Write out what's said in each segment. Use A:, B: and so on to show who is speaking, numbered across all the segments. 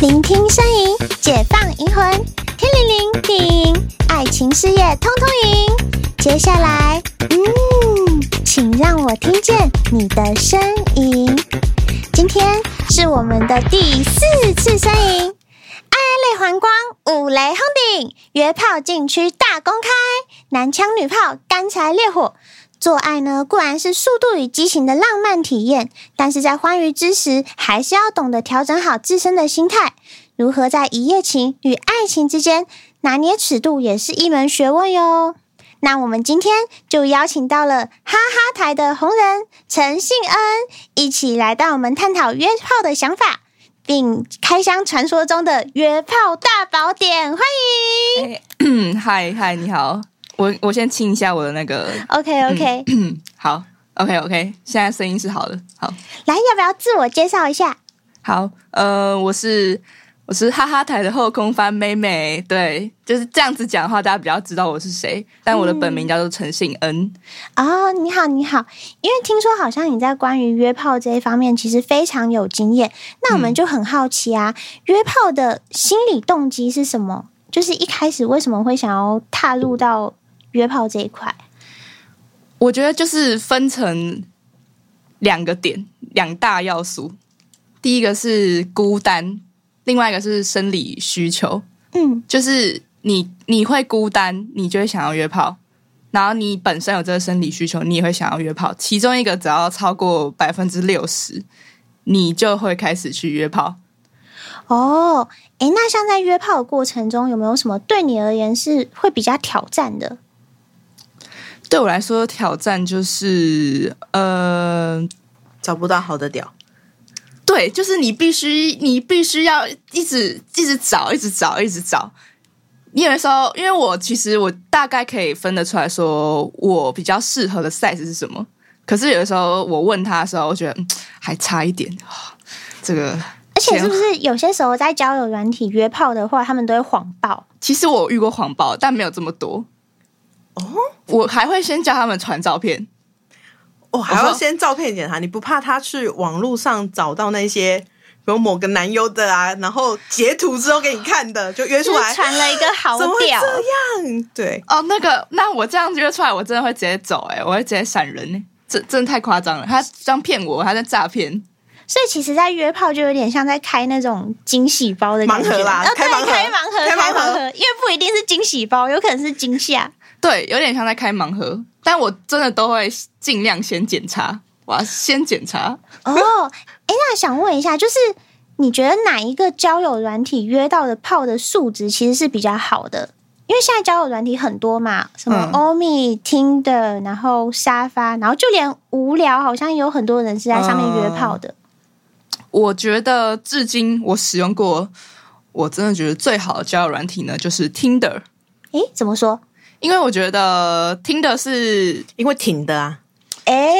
A: 聆听声音，解放银魂，天灵灵，地营，爱情事业通通赢。接下来，嗯，请让我听见你的声音。今天是我们的第四次声音，爱泪还光，五雷轰顶，约炮禁区大公开，男枪女炮，干柴烈火。做爱呢，固然是速度与激情的浪漫体验，但是在欢愉之时，还是要懂得调整好自身的心态。如何在一夜情与爱情之间拿捏尺度，也是一门学问哟。那我们今天就邀请到了哈哈台的红人陈信恩，一起来到我们探讨约炮的想法，并开箱传说中的约炮大宝典。欢迎。
B: 嗯，嗨嗨，你好，我我先清一下我的那个，
A: OK OK，、
B: 嗯好，OK OK，现在声音是好的，好，
A: 来，要不要自我介绍一下？
B: 好，呃，我是我是哈哈台的后空翻妹妹，对，就是这样子讲话，大家比较知道我是谁，但我的本名叫做陈信恩，
A: 哦，你好，你好，因为听说好像你在关于约炮这一方面其实非常有经验，那我
C: 嗯
A: 们就很好奇啊，约炮的心理动机是什么？就是一开始为什么会想要踏入到约炮这一块？
B: 我觉得就是分成两个点，两大要素，第一个是孤单，另外一个是生理需求，
A: 嗯，
B: 就是你你会孤单，你就会想要约炮，然后你本身有这个生理需求，你也会想要约炮。其中一个只要超过百分之六十，你就会开始去约炮。
A: 哦，诶，那像在约炮的过程中，有没有什么对你而言是会比较挑战的？
B: 对我来说，挑战就是呃，
C: 找不到好的屌，
B: 对，就是你必须你必须要一直一直找，一直找，一直找。你有的时候，因为我其实我大概可以分得出来说，我比较适合的 size 是什么。可是有的时候我问他的时候，我觉得、嗯、还差一点，哦这个
A: 而且
B: 天
A: 是不是有些时候在交友软体约炮的话，他们都会谎报？
B: 其实我有遇过谎报，但没有这么多。哦，我还会先叫他们传照片。
C: 我、哦还
B: 我
C: 要
B: 说
C: 先照片检查，你不怕他去网络上找到那些，比如某个男优的啊，然后截图之后给你看的，就约出
A: 就是
C: 来，
A: 传了一个好
C: 怎么会
A: 屌，
C: 这样？对，
B: 哦，那个，那我这样约出来，我真的会直接走、欸，哎，我会直接闪人、欸，这真的太夸张了。他这样骗我，他在诈骗。
A: 所以其实，在约炮就有点像在开那种惊喜包的感觉
C: 盲盒啦
A: 啊对
C: 开盲盒
A: 开盲盒，
C: 开盲盒
A: 盒，因为不一定是惊喜包，有可能是惊 吓。
B: 对，有点像在开盲盒，但我真的都会尽量先检查，我要先检查。
A: 哦，哎，那想问一下，就是你觉得哪一个交友软体约到的炮的数值其实是比较好的？因为现在交友软体很多嘛，什么
B: 嗯
A: 欧米、Tinder，然后沙发，然后就连无聊，好像也有很多人是在上面
C: 嗯
A: 约炮的。
B: 我觉得至今我使用过，我真的觉得最好的交友软体呢，就是 Tinder，
A: 哎、怎么说？
B: 因为我觉得 Tinder 是
C: 因为挺的啊，
A: 哎、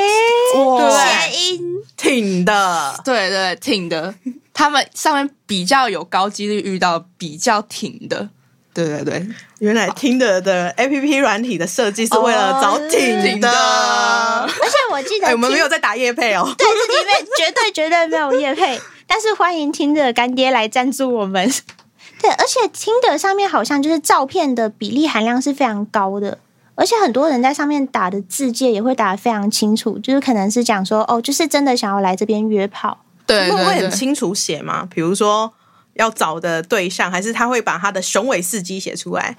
B: 对
A: 谐音
C: 挺的，
B: 对对挺的，他们上面比较有高几率遇到比较挺的，对对对，
C: 原来听的的 A P P 软体的设计哦是为了找挺
B: 挺
C: 的。
B: 的
A: 而且我记得
C: 哎、我们 没有
A: Tinder-
C: 在打夜配哦，
A: 对自己没绝对绝对没有业 配，但是欢迎听的干爹来赞助我们。 对，而且听的上面好像就是照片的比例含量是非常高的，而且很多人在上面打的字界也会打得非常清楚，就是可能是讲说哦，就是真的想要来这边约炮。
B: 对
C: 那会
B: 对对。
C: 很清楚写吗？比如说要找的对象，还是他会把他的雄伟事迹写出来？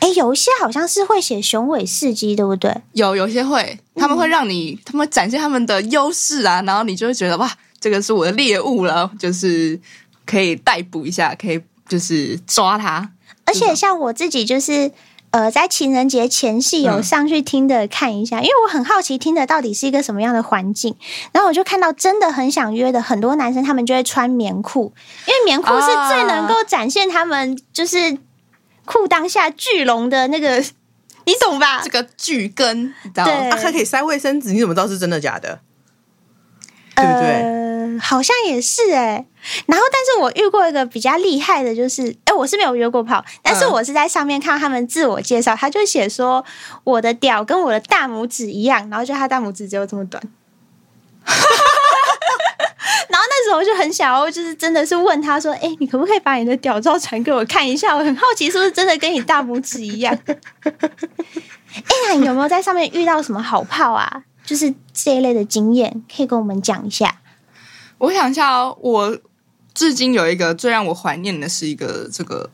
A: 哎，有一些好像是会写雄伟事迹，对不对？
B: 有有些会，他们会让你，他们会展现他们的优势啊，然后你就会觉得哇，这个是我的猎物了，就是可以逮捕一下，可以就是抓他。
A: 而且
C: 嗯
A: 像我自己就是。呃，在情人节前夕有
B: 嗯
A: 上去听的看一下，因为我很好奇听的到底是一个什么样的环境。然后我就看到真的很想约的很多男生，他们就会穿棉裤，因为棉裤是
C: 啊
A: 最能够展现他们就是裤裆下巨龙的那个，你懂吧
B: 这？个巨根，你知道吗
A: 啊对
C: 啊，他可以塞卫生纸，你怎么知道是真的假的？对不对
A: 呃呃，好像也是哎、然后，但是我遇过一个比较厉害的，就是，哎、我是没有约过炮，但是
B: 嗯
A: 我是在上面看到他们自我介绍，他就写说我的屌跟我的大拇指一样，然后就他大拇指只有这么短。 然后那时候我就很想要，就是真的是问他说：“哎、你可不可以把你的屌照传给我看一下？我很好奇是不是真的跟你大拇指一样。哎、那你有没有在上面遇到什么好炮啊？就是这一类的经验，可以跟我们讲一下。
B: 我想一下哦，我至今有一个最让我怀念的是一个这个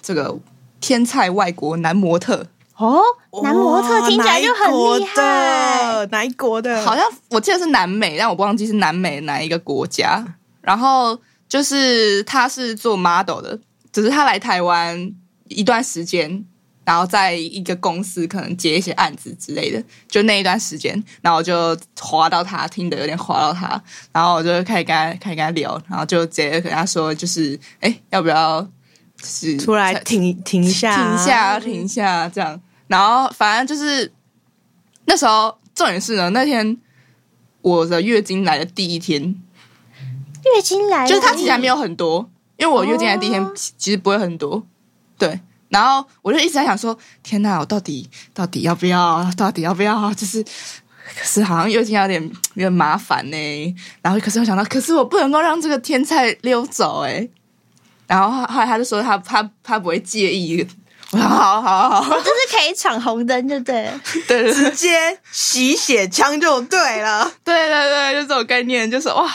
B: 这个天才外国男模特，
A: 哦，男模
C: 哇
A: 特听起来就很厉害。，
C: 哪一国的？哪一国的？
B: 好像我记得是南美，但我忘记是南美哪一个国家。然后就是他是做 model 的，只是他来台湾一段时间，然后在一个公司可能接一些案子之类的，就那一段时间，然后我就滑到他，听的有点滑到他，然后我就开始跟他开始跟他聊，然后就直接跟他说，就是哎，要不要就是
C: 出来停停一下，
B: 停下，停下，这样。然后反正就是那时候，重点是呢，那天我的月经来的第一天，
A: 月经来了，
B: 就是它其实还没有很多，因为我月经来第一天
A: 哎哦
B: 其其实不会很多，对。然后我就一直在想说，天哪，我到底到底要不要？到底要不要？就是，可是好像月经有点有点麻烦呢、然后可是我想到，可是我不能够让这个天菜溜走哎、然后后后来他就说他他他不会介意，我说好好好，好
A: 就是可以闯红灯，就对 了。
B: 对对对
C: 直接洗血枪就对了。
B: 对对对，就这种概念，就是哇，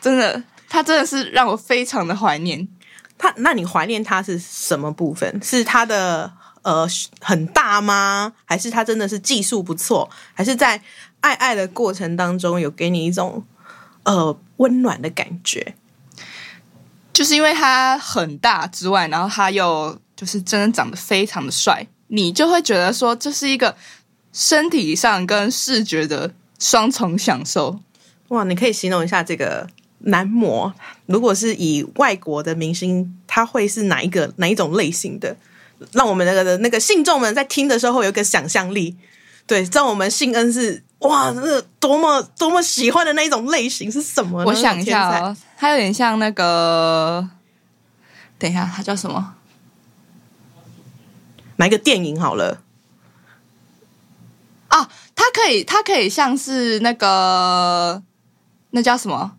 B: 真的，他真的是让我非常的怀念。
C: 他，那你怀念他是什么部分？是他的呃很大吗？还是他真的是技术不错？还是在爱爱的过程当中有给你一种呃温暖的感觉？
B: 就是因为他很大之外，然后他又就是真的长得非常的帅，你就会觉得说这是一个身体上跟视觉的双重享受。
C: 哇，你可以形容一下这个男模，如果是以外国的明星，他会是哪一个哪一种类型的？让我们那个那个信众们在听的时候有一个想象力，对，让我们信恩是哇，那个多么多么喜欢的那一种类型是什么呢？
B: 我想一下
C: 天才
B: 哦，他有点像那个，等一下，他叫什么？
C: 哪一个电影好了？
B: 啊，他可以，他可以像是那个，那叫什么？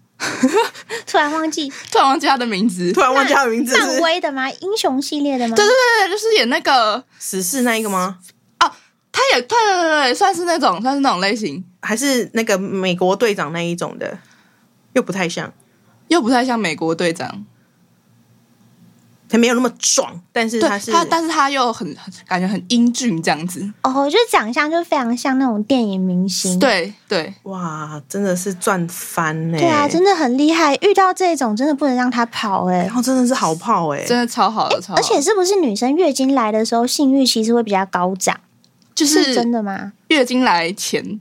A: 突然忘记
B: 突然忘记他的名字。
C: 突然忘记他的名字
A: 漫
C: 是
A: 威的吗？英雄系列的吗？
B: 对对对对，就是演那个，
C: 死侍那一个吗？
B: 他也对对对对，算是那种，算是那种类型，
C: 还是那个美国队长那一种的？又不太像，
B: 又不太像美国队长。
C: 他没有那么壮，但是
B: 对
C: 他是
B: 但是他又很很感觉很英俊这样子。
A: 哦，就是长相就非常像那种电影明星。。
B: 对对，
C: 哇，真的是赚翻呢、
A: 对啊，真
C: 的，
A: 的很厉害！遇到这种真的不能让他跑哎、
C: 然后真的是好炮哎、
B: 真的超好的，超好的
A: 而且是不是女生月经来的时候性欲其实会比较高涨？
B: 就是是
A: 真的吗？
B: 月经来前，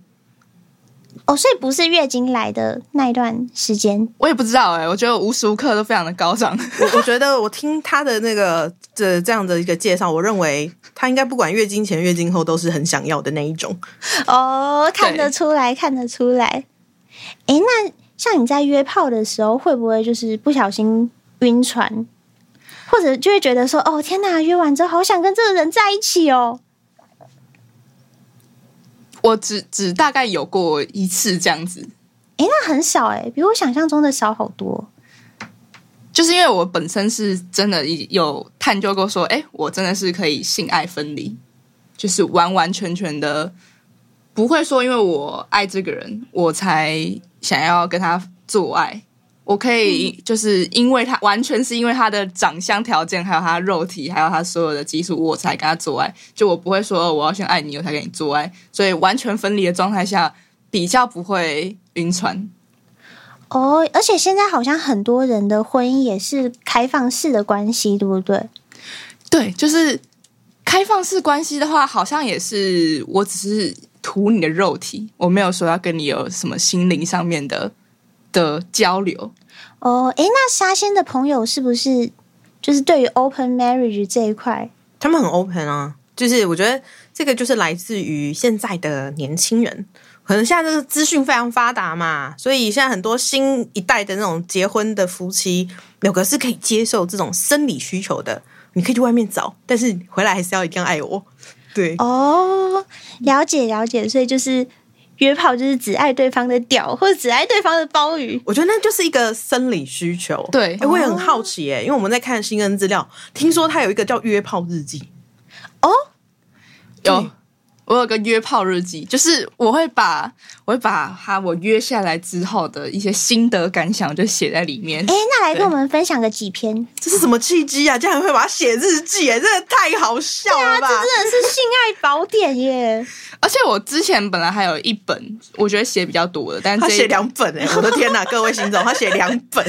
A: 哦，所以不是月经来的那一段时间，
B: 我也不知道哎、我觉得我无时无刻都非常的高涨。
C: 我我觉得我听他的那个这这样的一个介绍，我认为他应该不管月经前月经后都是很想要的那一种。
A: 哦，看得出来，看得出来。诶，那像你在约炮的时候，会不会就是不小心晕船，或者就会觉得说，哦天哪，约完之后好想跟这个人在一起哦？
B: 我只只大概有过一次这样子，
A: 诶，那很少诶，比我想象中的少好多。
B: 就是因为我本身是真的有探究过说，哎、我真的是可以性爱分离，就是完完全全的不会说，因为我爱这个人，我才想要跟他做爱。我可以就是因为他完全是因为他的长相条件，还有他肉体，还有他所有的基础，我才跟他做爱。就我不会说我要先爱你，我才跟你做爱。所以完全分离的状态下，比较不会晕船。
A: 哦，而且现在好像很多人的婚姻也是开放式的关系，对不对？
B: 对，就是开放式关系的话，好像也是我只是图你的肉体，我没有说要跟你有什么心灵上面的的交流。
A: 哦，诶，那沙仙的朋友是不是就是对于 open marriage 这一块
C: 他们很 open 啊，就是我觉得这个就是来自于现在的年轻人，可能现在这个资讯非常发达嘛，所以现在很多新一代的那种结婚的夫妻，有个是可以接受这种生理需求的，你可以去外面找，但是回来还是要一定要爱我。对，
A: 哦，了解了解，所以就是约炮就是只爱对方的屌，或者只爱对方的鲍鱼。
C: 我觉得那就是一个生理需求。
B: 对
C: 哎我也很好奇哎、因为我们在看新恩资料，听说他有一个叫约炮日记。
A: 哦，
B: 有，我有个约炮日记，就是我会把我会把他我约下来之后的一些心得感想就写在里面
A: 哎，。那来跟我们分享个几篇，
C: 这是什么契机啊？竟然会把它写日记、哎，真的太好笑了
B: 啊
C: 吧！
A: 啊真的是性爱宝典耶！
B: 而且我之前本来还有一本，我觉得写比较多的，但
C: 他
B: 这
C: 写
B: 一
C: 两本哎、我的天哪，各位行总，他写两 本。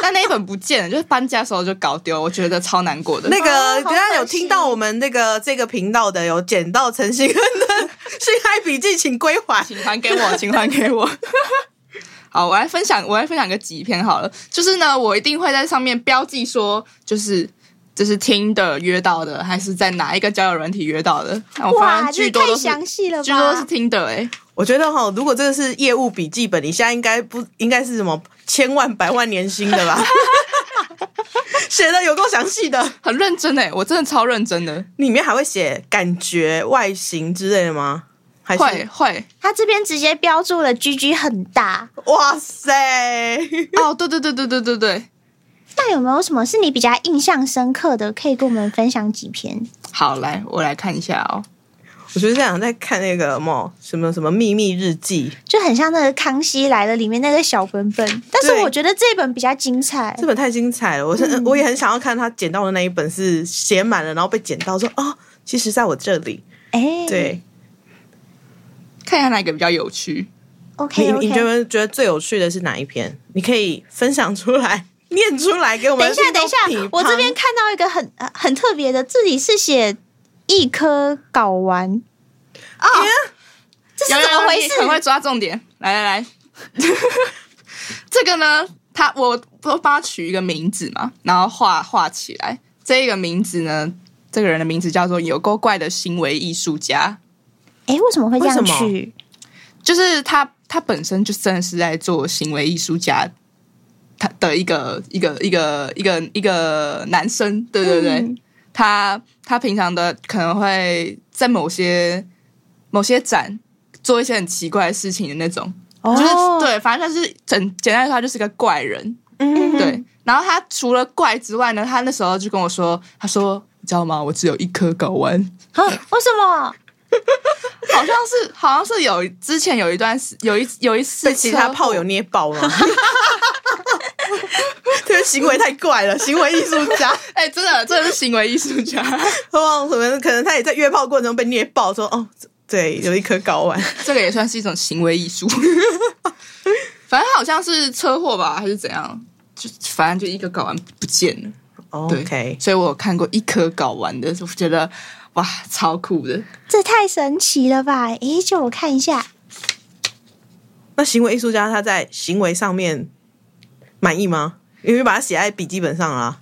B: 但那一本不见了，就是搬家的时候就搞丢，我觉得超难过的。
C: 那
A: 啊
C: 个，
A: 好
C: 大家有
A: 可惜
C: 听到我们那个这个频道的，有捡到陈信恩的 性爱笔记，请归还。
B: 请还给我， 请还给我。好，我来分享，我来分享个几篇好了。就是呢，我一定会在上面标记说，就是就是听的约到的，还是在哪一个交友软体约到的。那我发
A: 哇，
B: 现
A: 这
B: 巨
A: 也
B: 多
A: 太
B: 都是
A: 详细了
B: 巨多都
A: 吧
B: 是？听的哎、
C: 我觉得哈，如果这个是业务笔记本，你现在应该不应该是什么千万百万年薪的吧？ 写的有够详细的，
B: 很认真哎、我真的超认真的，
C: 里面还会写感觉、外形之类的吗？还是
B: 会会
A: 他这边直接标注了 “GG” 很大，
C: 哇 塞，
B: 哦，对对对对对对对。
A: 那有没有什么是你比较印象深刻的，可以跟我们分享几篇？
B: 好，来我来看一下哦。
C: 我觉得这样在看那个什么什么什么秘密日记，
A: 就很像那个《康熙来了》里面那个小本本，但是
C: 对
A: 我觉得这本比较精彩
C: 这。本太精彩了，我是、我也很想要看他捡到的那一本是写满了，然后被捡到说哦，其实在我这里。
A: 哎，
C: 对
B: 看一下哪一个比较有趣。
A: ，OK
C: 你你觉
A: OK。
C: 得觉得最有趣的是哪一篇？你可以分享出来， 念出来给我们
A: 等一下，
C: 听
A: 等
C: 众
A: 一下
C: 评，
A: 我这
C: 判
A: 边看到一个很呃很特别的，这里是写一颗睾丸，
C: 啊，
A: 哦这
B: 有
A: 是
B: 有
A: 怎么
B: 有
A: 回
B: 你很会
A: 事？
B: 抓重点，来来 来，这个呢，他我我帮他取一个名字嘛，然后画画起来。这个名字呢，这个人的名字叫做有够怪的行为艺术家，
A: 哎，为什么会这样
C: 为什么
A: 取？
B: 就是他他本身就真的是在做行为艺术家。他的一个一个一个一个一个男生，对对对，
A: 嗯
B: 他他平常的可能会在某些某些展做一些很奇怪的事情的那种，
A: 哦
B: 就是对，反正他是简简单来说，他就是个怪人。
C: 嗯，
B: 对，然后他除了怪之外呢，他那时候就跟我说，他说你知道吗？我只有一颗睾丸，
A: 啊为什么？
B: 好像是好像是有之前有一段时有一有一次
C: 被其他
B: 车祸
C: 炮友捏爆吗？ 这个行为太怪了，行为艺术家，
B: 哎、真的真的是行为艺术家，
C: 哦，什么可能他也在约炮过程中被捏爆，说哦，对，有一颗睾丸，
B: 这个也算是一种行为艺术。 反正好像是车祸吧，还是怎样，就反正就一个睾丸不见了。
C: 哦
B: 对
C: OK，
B: 所以我有看过一颗睾丸的，我觉得哇，超酷的。
A: 这太神奇了吧！哎，就我看一下，
C: 那行为艺术家他在行为上面满意吗？因为把它写在笔记本上啊啦、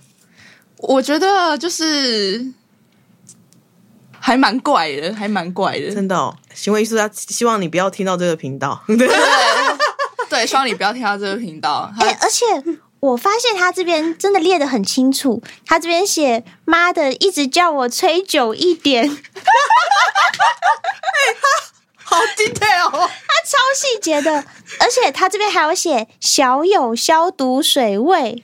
B: 我觉得就是还蛮怪的，还蛮怪的。
C: 真的、哦。行为艺术家希望你不要听到这个频道。
B: 对，希望你不要听到这个频道。
A: 哎，而且我发现他这边真的列的很清楚，他这边写“妈的，一直叫我吹久一点”， 他
C: 好 detail 哦，
A: 超细节的，而且他这边还有写“小有消毒水味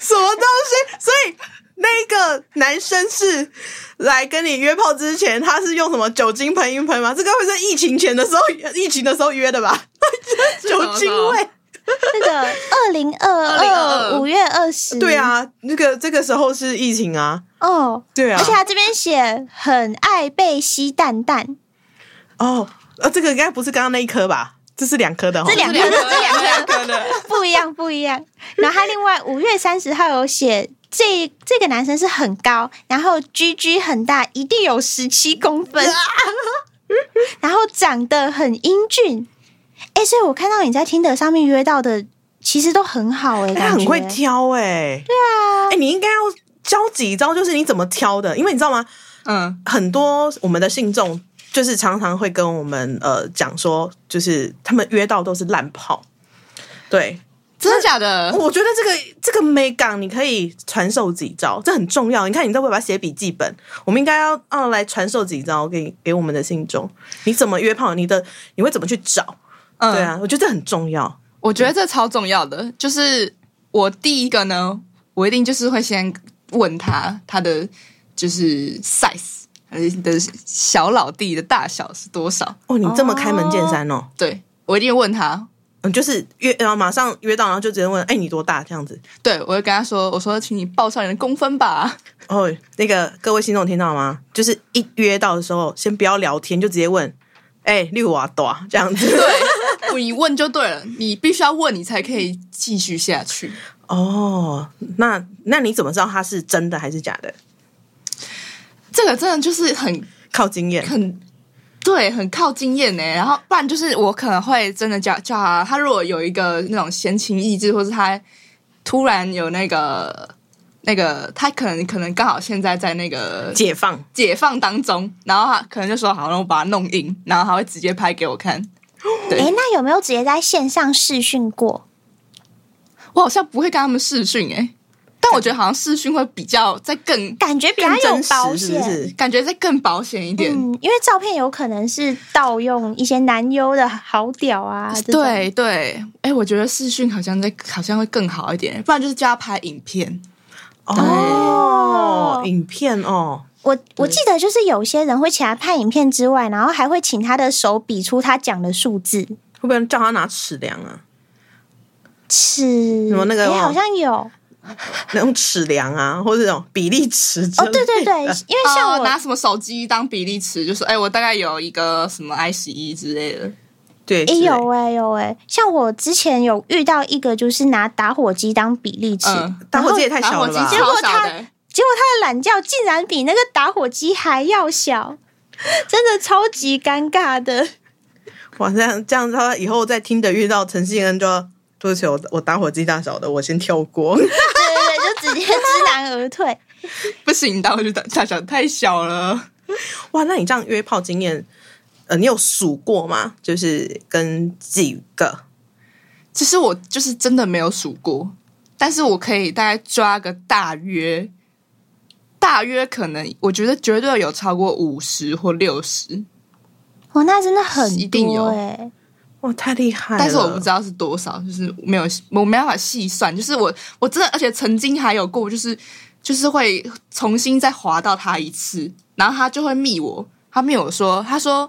C: 什么东西？所以那个男生是来跟你约炮之前，他是用什么酒精喷一喷吗？这个会是疫情前的时候，疫情的时候约的吧？酒精味。”。
A: 那个二零二二
B: 2022
A: 五月二十，
C: 对，啊，那个这个时候是疫情啊。
A: 哦，
C: 对啊
A: 而且他这边写很爱被吸蛋蛋，
C: 哦，呃，这个应该不是刚刚那一颗吧？这是两颗的哦，
A: 这两
B: 这
A: 个
B: 两个，
A: 这两个
B: 两个的，
A: 不一样，不一样。然后他另外五月三十号有写，这这个男生是很高，然后 G G 很大，一定有十七公分，
C: 啊
A: 然后长得很英俊。哎、所以我看到你在听的上面约到的，其实都很好哎、感
C: 哎他
A: 觉
C: 很会挑哎、对啊，哎、你应该要教几招，就是你怎么挑的，因为你知道吗？
B: 嗯，
C: 很多我们的信众就是常常会跟我们呃讲说，就是他们约到都是烂炮。对，
B: 真的假的？
C: 我觉得这个这个美港你可以传授几招，这很重要。你看，你都会把它写笔记本，我们应该要要来传授几招给给我们的信众。你怎么约炮？你的你会怎么去找？
B: 嗯，
C: 对啊，我觉得这很重要。
B: 我觉得这超重要的，就是我第一个呢，我一定就是会先问他他的就是 size，呃的小老弟的大小是多少？
C: 哦，你这么开门见山哦，
B: 对我一定问他，
C: 嗯，就是约，然后马上约到，然后就直接问，哎，你多大？这样子。
B: 对我会跟他说，我说请你报上你的公分吧。
C: 哦，那个各位听众听到吗？就是一约到的时候，先不要聊天，就直接问，哎、绿娃多这样子。
B: 对， 你问就对了，你必须要问，你才可以继续下去。
C: 哦，那那你怎么知道他是真的还是假的？
B: 这个真的就是很
C: 靠经验。
B: 很对，很靠经验呢。然后不然就是我可能会真的叫叫他，他如果有一个那种闲情逸致，或是他突然有那个那个，他可能可能刚好现在在那个
C: 解放
B: 解放当中，然后他可能就说好，让我把它弄硬，然后他会直接拍给我看。对
A: 哎，那有没有直接在线上试训过？
B: 我好像不会跟他们视讯哎，但我觉得好像视讯会比较再更
A: 感觉比较
C: 更
A: 有
C: 真
A: 保
C: 实，是
A: 险。
C: 不是？
B: 感觉再更保险一点。
A: 嗯，因为照片有可能是盗用一些男优的好屌啊，这种
B: 对对，哎、我觉得视讯好像在好像会更好一点，不然就是叫他拍影片。
C: 哦，影片哦，
A: 我我记得就是有些人会请他拍影片之外，然后还会请他的手比出他讲的数字，
C: 会不会叫他拿尺量啊？
A: 是
C: 什么那个
A: 诶好像有哦，
C: 那种尺量啊，或者那种比例尺之类的
A: 哦
C: 啊
A: 对对 对，因为像
B: 像
C: 哦
A: 我、
B: 我哦拿什么手机当比例尺，就说哎、我大概有一个什么 i 十一之类的。
C: 对，
A: 诶
C: 之类
A: 有哎、有哎、像我之前有遇到一个就是拿打火机当比例尺，
B: 嗯，
C: 打火机也太
B: 然后
C: 小
B: 我
C: 了
B: 机
C: 吧？
A: 结果
B: 超小
A: 他
B: 的，
A: 结果他的懒觉竟然比那个打火机还要小， 真的超级尴尬 的。
C: 哇，这样这样，他以后在听的遇到陈信恩就要。对不起，我我打火机大小的，我先 跳过。
A: 对对对，就直接知难而退。
B: 不行，打火机大大小太小了。
C: 哇，那你这样约炮经验，呃，你有数过吗？就是跟几个？
B: 其实我就是真的没有数过，但是我可以大概抓个大约，大约可能我觉得绝对有超过五十或六十，
A: 哦，那真的很多、欸、
B: 一定有
C: 哇，太厉害了！
B: 但是我不知道是多少，就是没有我没办法细算。就是我我真的，而且曾经还有过，就是就是会重新再滑到他一次，然后他就会密我，他密我说，他说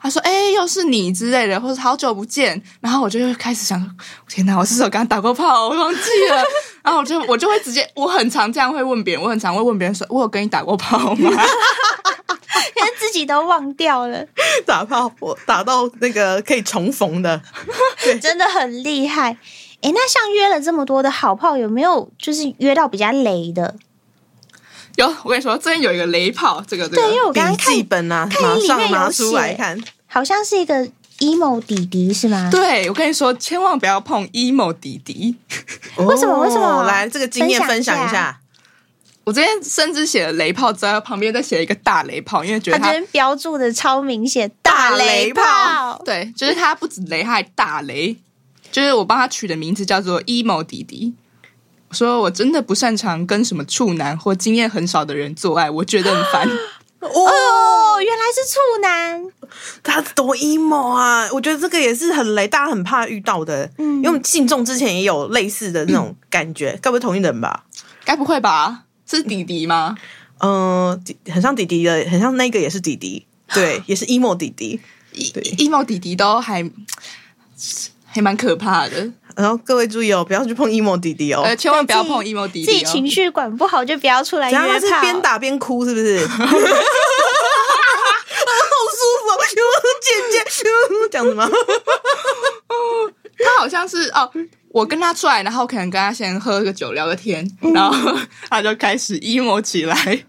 B: 他说哎、又是你之类的，或者好久不见，然后我就会开始想，天哪，我是不是有跟他打过炮，我忘记了，然后我就我就会直接，我很常这样会问别人，我很常会问别人说，我有跟你打过炮吗？
A: 可是自己都忘掉了，
C: 打炮，我打到那个可以重逢的，
A: 真的很厉害。诶，那像约了这么多的好炮，有没有就是约到比较雷的？
B: 有，我跟你说，这边有一个雷炮，这个这个，
A: 对，因为我刚刚
C: 笔
A: 看
C: 记本啊，
A: 看
C: 马
A: 你里面
C: 上拿出来
A: 有写
C: 看。
A: 好像是一个 emo 弟弟是吗？
B: 对我跟你说，千万不要碰 emo 弟弟。
C: 为
A: 什么为什么
C: 哦来，这个经验分
A: 分享
C: 享
A: 一
C: 一下。
B: 我这边甚至写了雷炮之后，旁边再写一个大雷炮，因为觉
A: 他
B: 得
A: 这
B: 他
A: 边标注的超明显，
C: 大
A: 雷
C: 雷炮
B: 对，就是他不止雷，他还大雷。就是我帮他取的名字叫做 emo 弟弟。我说我真的不擅长跟什么处男或经验很少的人做爱，我觉得很 烦。
A: 哦，原来是处男，
C: 他多 emo 啊！我觉得这个也是很雷，大家很怕遇到的。
A: 嗯
C: 因为我们信众之前也有类似的那种感觉，该不会同一人吧？
B: 该不会吧？是弟弟吗？
C: 嗯，弟很像弟弟的，很像那个也是弟弟，
A: 啊
C: 对，也是 emo 弟弟。
A: 嗯
B: E-
C: 对
B: emo 弟弟都还还蛮可怕的，
C: 然后各位注意哦，不要去碰 emo 弟弟哦。
B: 呃，千万不要碰
A: 自己
B: emo 弟
A: 自己
B: 弟
A: 情
B: 哦。
A: 绪管不好就不要出来约
C: 然后
A: 炮。
C: 他是边打边哭，是 不是？好舒服，哦，有没有姐姐？有没有这样子吗？
B: 他好像是哦，我跟他出来，然后可能跟他先喝个酒聊个天，然后他就开始 emo 起来。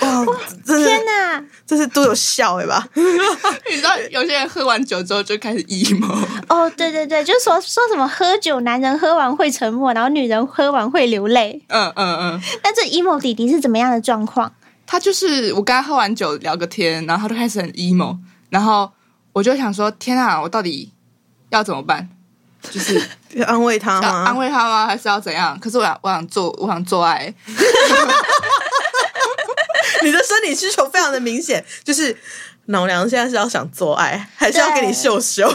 C: 哇，哦真
A: 天
C: 的，
A: 哪！
C: 这是都有笑哎吧？
B: 你知道有些人喝完酒之后就开始 emo，
A: 哦，对对对，就是说说什么喝酒，男人喝完会沉默，然后女人喝完会流泪。
B: 嗯嗯嗯，
A: 那这 emo 弟弟是怎么样的状况？
B: 他就是我跟他喝完酒聊个天，然后他就开始很 emo，然后我就想说，天啊，我到底要怎么办？就是
C: 要安慰他
B: 要
C: 吗？
B: 安慰他吗？还是要怎样？可是我想，我想做，我想做爱。
C: 你的生理需求非常的明显，就是老娘现在是要想做爱，还是要给你秀秀？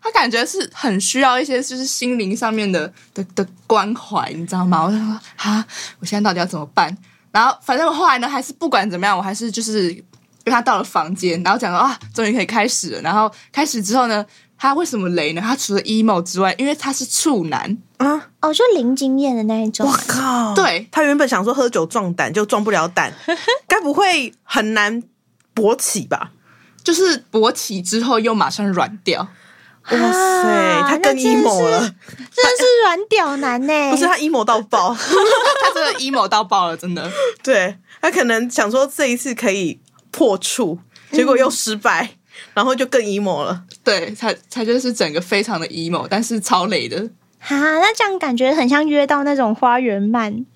B: 他感觉是很需要一些就是心灵上面的的的关怀，你知道吗？我就说啊，我现在到底要怎么办？然后反正我后来呢，还是不管怎么样，我还是就是跟他到了房间，然后讲说啊，终于可以开始了。然后开始之后呢，他为什么雷呢？他除了 emo 之外，因为他是处男，
C: 啊！
A: 哦，就零经验的那一种
C: 我。靠！
B: 对
C: 他原本想说喝酒壮胆，就壮不了 胆，该不会很难勃起吧？
B: 就是勃起之后又马上软掉。
C: 哇塞，
A: 啊
C: 他更
A: 那真
C: emo 了
A: 是， 真的是软屌男欸呢、
C: 不是他 emo 到 爆，
B: 他真的 emo 到爆了，真的。
C: 对他可能想说这一次可以破处，
A: 嗯
C: 结果又失败，然后就更 emo 了。
B: 对他，他就是整个非常的 emo，但是超累的。
A: 哈、那这样感觉很像约到那种花园漫。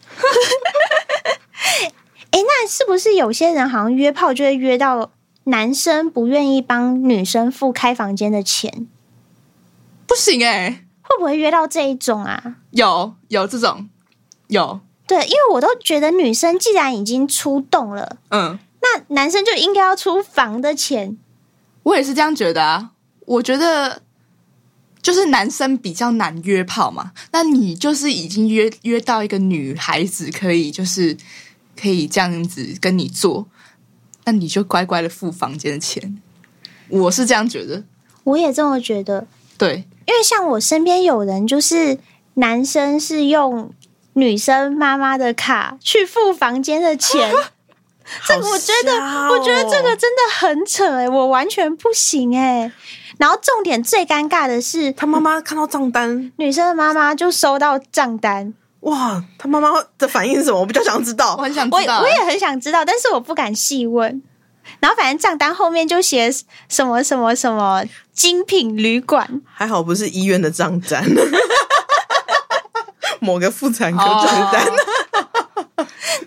A: 哎、那是不是有些人好像约炮就会约到男生不愿意帮女生付开房间的钱，
B: 不行哎、
A: 会不会约到这一种啊？
B: 有有这种有，
A: 对，因为我都觉得女生既然已经出动了，
B: 嗯，
A: 那男生就应该要出房的钱。
B: 我也是这样觉得啊。我觉得就是男生比较难约炮嘛，那你就是已经约约到一个女孩子可以就是可以这样子跟你做，那你就乖乖的付房间的钱。我是这样觉得，
A: 我也这么觉得，
B: 对，
A: 因为像我身边有人，就是男生是用女生妈妈的卡去付房间的钱，这个我觉得，
B: 啊
C: 好瞎哦
A: 我觉得这个真的很扯哎、我完全不行哎、然后重点最尴尬的是，
C: 他妈妈看到账单，
A: 女生的妈妈就收到账单，
C: 哇，他妈妈的反应是什么？我比较想知道
B: 我。很想
A: 我
B: 知
A: 也
B: 道、啊
A: 我也很想知道，但是我不敢细问。然后反正账单后面就写什么什么什么精品旅馆，
C: 还好不是医院的账单， 某个妇产科账 单。
B: 哦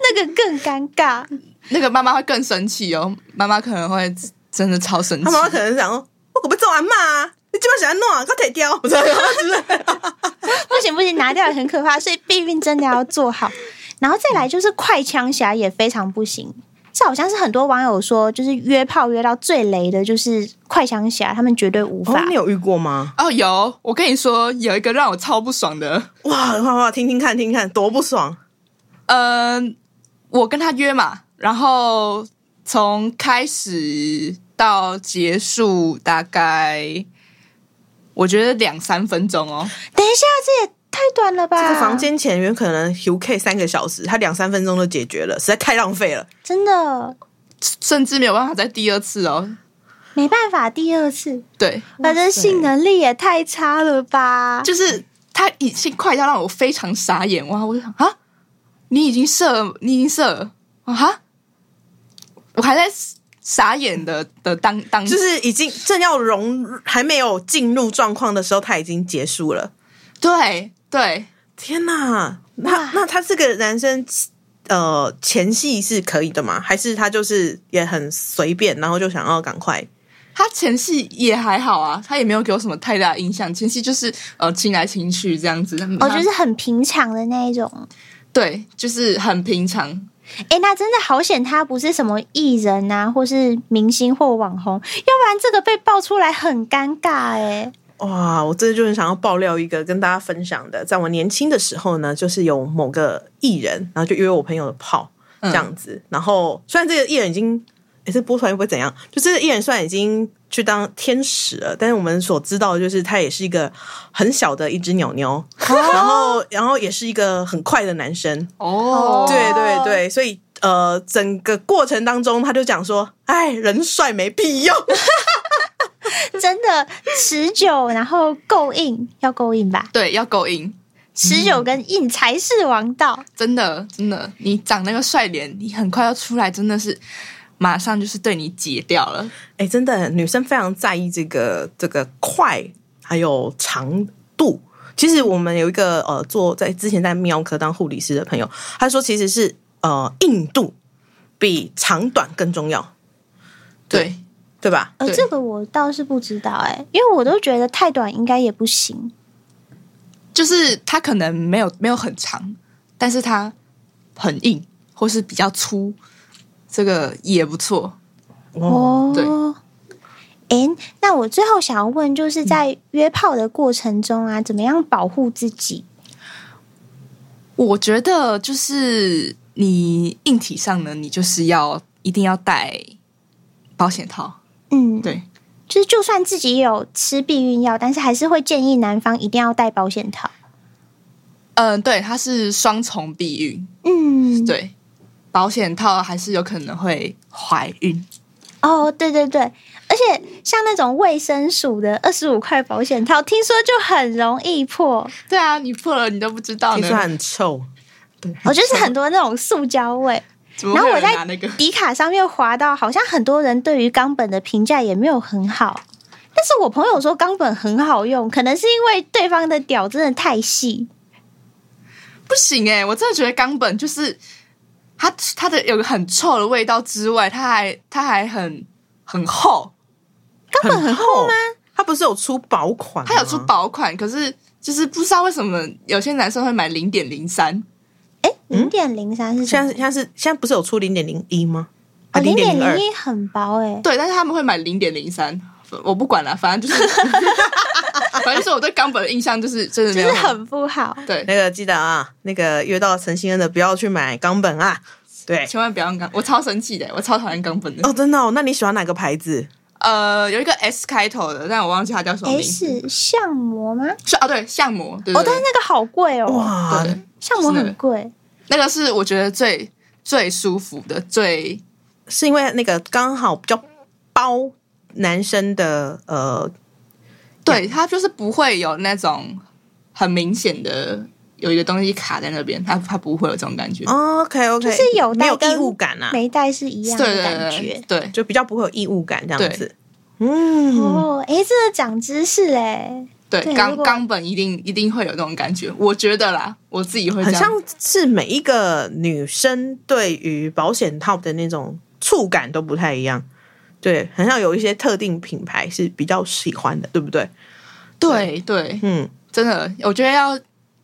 A: 那个更尴尬。
B: 那个妈妈会更生气哦，妈妈可能会真的超生气。
C: 他妈妈可能想说，我可不做阿嬷啊，你基本想要弄啊， 给我腿掉，不是
A: 不行不行，拿掉也很可怕，所以避孕真的要做好。然后再来就是快枪侠也非常不行，这好像是很多网友说，就是约炮约到最雷的就是快枪侠，他们绝对无
C: 哦
A: 法。，
C: 你有遇过吗？
B: 哦，有，我跟你说，有一个让我超不爽的，
C: 哇哇哇！听听看，听听看，多不爽！
B: 呃，我跟他约嘛，然后从开始到结束大概，我觉得两三分钟哦。
A: 等一下，这也太短了吧？
C: 这个房间前缘可能 UK 三个小时，他两三分钟就解决了，实在太浪费了。
A: 真的
B: 甚至没有办法再第二次哦。
A: 没办法，第二次，
B: 对，
A: 反正性能力也太差了吧？
B: 就是他已经快要让我非常傻眼哇！我就想啊，你已经射了，你已经射了啊哈！我还在傻眼的的当当，
C: 就是已经正要融，还没有进入状况的时候，他已经结束了。
B: 对对，
C: 天哪！那
A: 哇
C: 那他这个男生，呃，前戏是可以的吗？还是他就是也很随便，然后就想要赶快？
B: 他前戏也还好啊，他也没有给我什么太大的印象。前戏就是呃亲来亲去这样子，
A: 哦，就是很平常的那一种。
B: 对，就是很平常。
A: 哎、那真的好险，他不是什么艺人啊，或是明星或网红，要不然这个被爆出来很尴尬哎、
C: 哇，我这就很想要爆料一个跟大家分享的，在我年轻的时候呢，就是有某个艺人，然后就约我朋友的炮这样子。嗯然后虽然这个艺人已经也是播出来又不会怎样，就这个艺人虽然已经去当天使了，但是我们所知道的就是他也是一个很小的一只鸟鸟，然后然后也是一个很快的男生，
B: 哦
C: 对对对，所以呃，整个过程当中，他就讲说：“哎，人帅没屁用。
A: 真的持久，然后够硬，要够硬吧？
B: 对，要够硬，
A: 持久跟硬才是王道。
B: 真的真的，你长那个帅脸，你很快要出来，真的是马上就是对你解掉了。”
C: 哎，真的，女生非常在意这个这个快还有长度。其实我们有一个呃，做在之前在泌尿科当护理师的朋友，他说其实是呃硬度比长短更重要，
B: 对，
C: 对吧？
A: 呃，
B: 对
A: 这个我倒是不知道哎、因为我都觉得太短应该也不行。
B: 就是它可能没有没有很长，但是它很硬或是比较粗，这个也不错。
C: 哦，
A: 哦，
B: 对
A: 诶，那我最后想要问，就是在约炮的过程中啊，怎么样保护自己？
B: 我觉得就是你硬体上呢，你就是要一定要带保险套，
A: 嗯，
B: 对
A: 就是就算自己有吃避孕药，但是还是会建议男方一定要戴保险套。
B: 嗯，对，它是双重避孕，
A: 嗯，
B: 对，保险套还是有可能会怀孕。
A: 哦，对对对，而且像那种卫生署的二十五块保险套，听说就很容易破，
B: 对啊，你破了你都不知道
C: 哦听说
B: 呢，
C: 很臭，对，
A: 我、就是很多那种塑胶味。
B: 怎么
A: 然后
B: 会有
A: 我
B: 人
A: 在
B: 拿那个？
A: 迪卡上面滑到，好像很多人对于冈本的评价也没有很好。但是我朋友说冈本很好用，可能是因为对方的屌真的太细。
B: 不行哎、我真的觉得冈本就是它它的有个很臭的味道之外，它还它还很很厚，
C: 根本很厚吗？它不是有出薄款吗，
B: 它有
A: 嗯
B: 出薄款，可是就是不知道为什么有些男生会买零点零三，
A: 哎，零点零三是什
C: 现
A: 么？
C: 在现在是现在不是有出零点零一吗？啊
A: 哦，零
C: 点
A: 点
C: 二
A: 零，一很薄哎、
B: 对，但是他们会买零点零三，我不管了，反正就是 反正就是我对冈本的印象就是真的没
A: 就
B: 有
A: 是很不好。
B: 对，
C: 那个记得啊，那个约到陈星恩的不要去买冈本啊，对，
B: 千万不要用冈，我超生气的、我超讨厌冈本的。
C: 哦，真的哦，那你喜欢哪个牌子？
B: 呃，有一个 S 开头的，但我忘记它叫什么
A: 哎，
B: 名字。
A: 是相模吗？
B: 是啊，对，相模，对
A: 哦
B: 对，
A: 但是
B: 对
A: 那个好贵哦，
C: 哇，
B: 对，
A: 相模
B: 是那
A: 很
B: 个
A: 贵。
B: 那个是我觉得最最舒服的，最
C: 是因为那个刚好比较包男生的呃，
B: 对它就是不会有那种很明显的有一个东西卡在那边，它它不会有这种感觉。
A: 哦
C: OK OK，
A: 就是有
C: 哦没
A: 带
C: 有
A: 跟
C: 异物感啊，
A: 没带是一
B: 对
A: 样的
B: 对
A: 感
B: 对
A: 觉
B: 对。对，
C: 就比较不会有异物感这样子。嗯，
A: 哦，哎，这个长知识哎，
B: 对
A: 对，如
B: 冈
A: 果
B: 冈本一定一定会有那种感觉，我觉得啦，我自己会这
C: 很
B: 样。
C: 像是每一个女生对于保险套的那种触感都不太一样。对，很像有一些特定品牌是比较喜欢的，对不对？
B: 对对，
C: 嗯，
B: 真的，我觉得要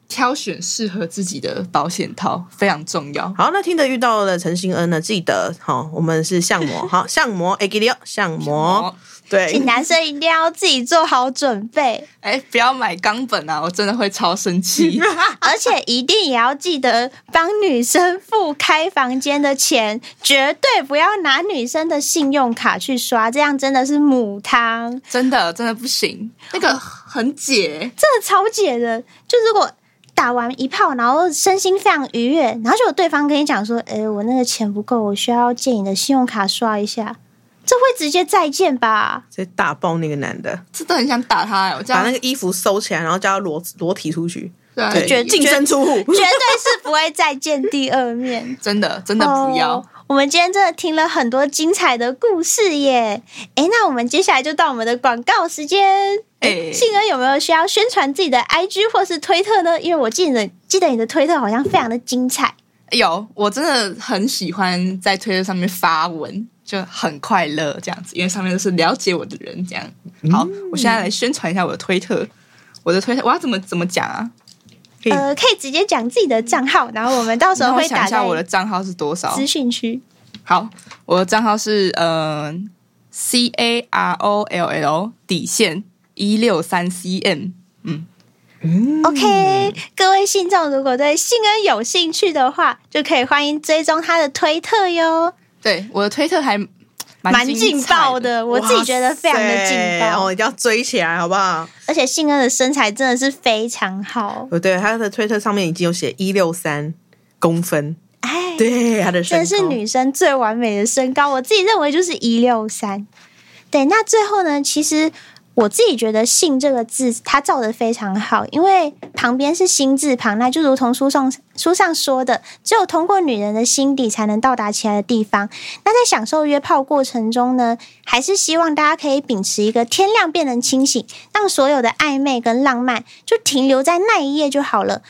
B: 挑选适合自己的保险套非常重要。
C: 好，那听得遇到了陈星恩呢，记得好，我们是相 模，好相模，哎，给你哦，相模，
B: 哦，
C: 对
A: 请，男生一定要自己做好准备，
B: 哎，不要买冈本啊，我真的会超生气。
A: 而且一定也要记得帮女生付开房间的钱，绝对不要拿女生的信用卡去刷，这样真的是母汤，
B: 真的真的不行，那个很解，
A: 这超解的。就如果打完一炮，然后身心非常愉悦，然后就有对方跟你讲说：“哎，我那个钱不够，我需要借你的信用卡刷一下。”这会直接再见吧？
C: 直接打爆那个男的，
B: 真的很想打他、哎我这
A: 啊
C: 把
B: 样
C: 那个衣服收起来，然后叫他裸裸体出去，
B: 对啊
C: 对，
A: 绝
C: 净身出户。
A: 绝对是不会再见第二面。
B: 真的真的不要。
A: 哦我们今天真的听了很多精彩的故事耶！诶，那我们接下来就到我们的广告时间。诶
B: 诶
A: 信恩有没有需要宣传自己的 IG 或是推特呢？因为我记得记得你的推特好像非常的精彩。
B: 有，我真的很喜欢在推特上面发文，就很快乐这样子，因为上面都是了解我的人这样。好，我现在来宣传一下我的推特。我的推特我要怎么怎么讲啊？
C: 嗯
A: 呃，可以直接讲自己的账号，然后我们到时
B: 那
A: 候
B: 我
A: 会
B: 想
A: 打
B: 一下
A: 在
B: 我的账号是多少
A: 资？讯区。
B: 好，我的账号是嗯、c A R O L L 底线一六三 C M。
C: 嗯
B: 嗯
A: OK，各位信众如果对信恩有兴趣的话，就可以欢迎追踪他的推特哟，
B: 对，我的推特还
A: 蛮
B: 劲
A: 劲爆
B: 的。
A: 的，我自己觉得非常的劲
C: 然后
A: 爆，
C: 哦一定要追起来，好不好？
A: 而且信恩的身材真的是非常好。
C: 哦，对，他的推特上面已经有写一六三公分，
A: 哎，
C: 对，他的身
A: 真
C: 高
A: 的是女生最完美的身高，我自己认为就是一六三。对，那最后呢，其实我自己觉得“性”这个字它造的非常好，因为旁边是心字旁，那就如同书上书上说的，只有通过女人的心底才能到达其他的地方。那在享受约炮过程中呢，还是希望大家可以秉持一个天亮便能清醒，让所有的暧昧跟浪漫就停留在那一夜就好了，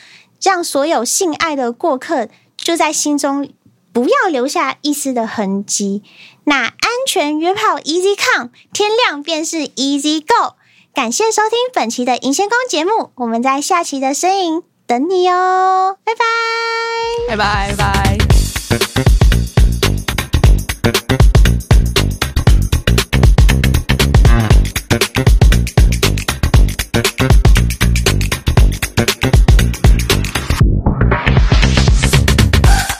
A: 让所有性爱的过客就在心中不要留下一丝的痕迹。那安全约炮 Easy Come，天亮便是 Easy Go。感谢收听本期的银仙宫节目，我们在下期的身影等你哦，拜拜。
B: 拜拜拜拜。
D: Thank you.